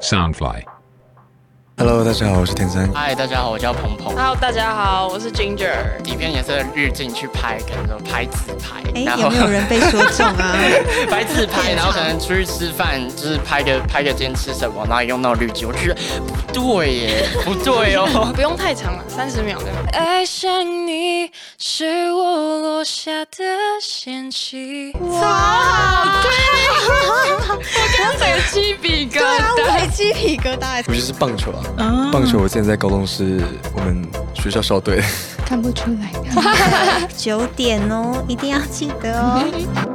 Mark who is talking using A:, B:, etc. A: Soundfly.
B: Hello，大家好，我是田三。
C: 嗨，大家好，我叫鹏鹏。
D: Hello，大家好，我是 Ginger。
C: 底片颜色的日进去拍，可能说拍自拍，
E: 哎，有没有人被说中啊？
C: 拍自 拍，然后可能出去吃饭，就是拍个拍个今天吃什么，然后用那种滤镜，我觉得不对耶，不对哦。
D: 不用太长了，三十秒对吧？
F: 爱上你是我落下的陷 阱。
E: 哇，
D: 刚才有鸡皮疙
F: 啊
E: 我起鸡皮疙瘩，
B: 我就是棒球啊，棒球我之前在高中是我们学校校队。
E: 九点哦，一定要记得哦。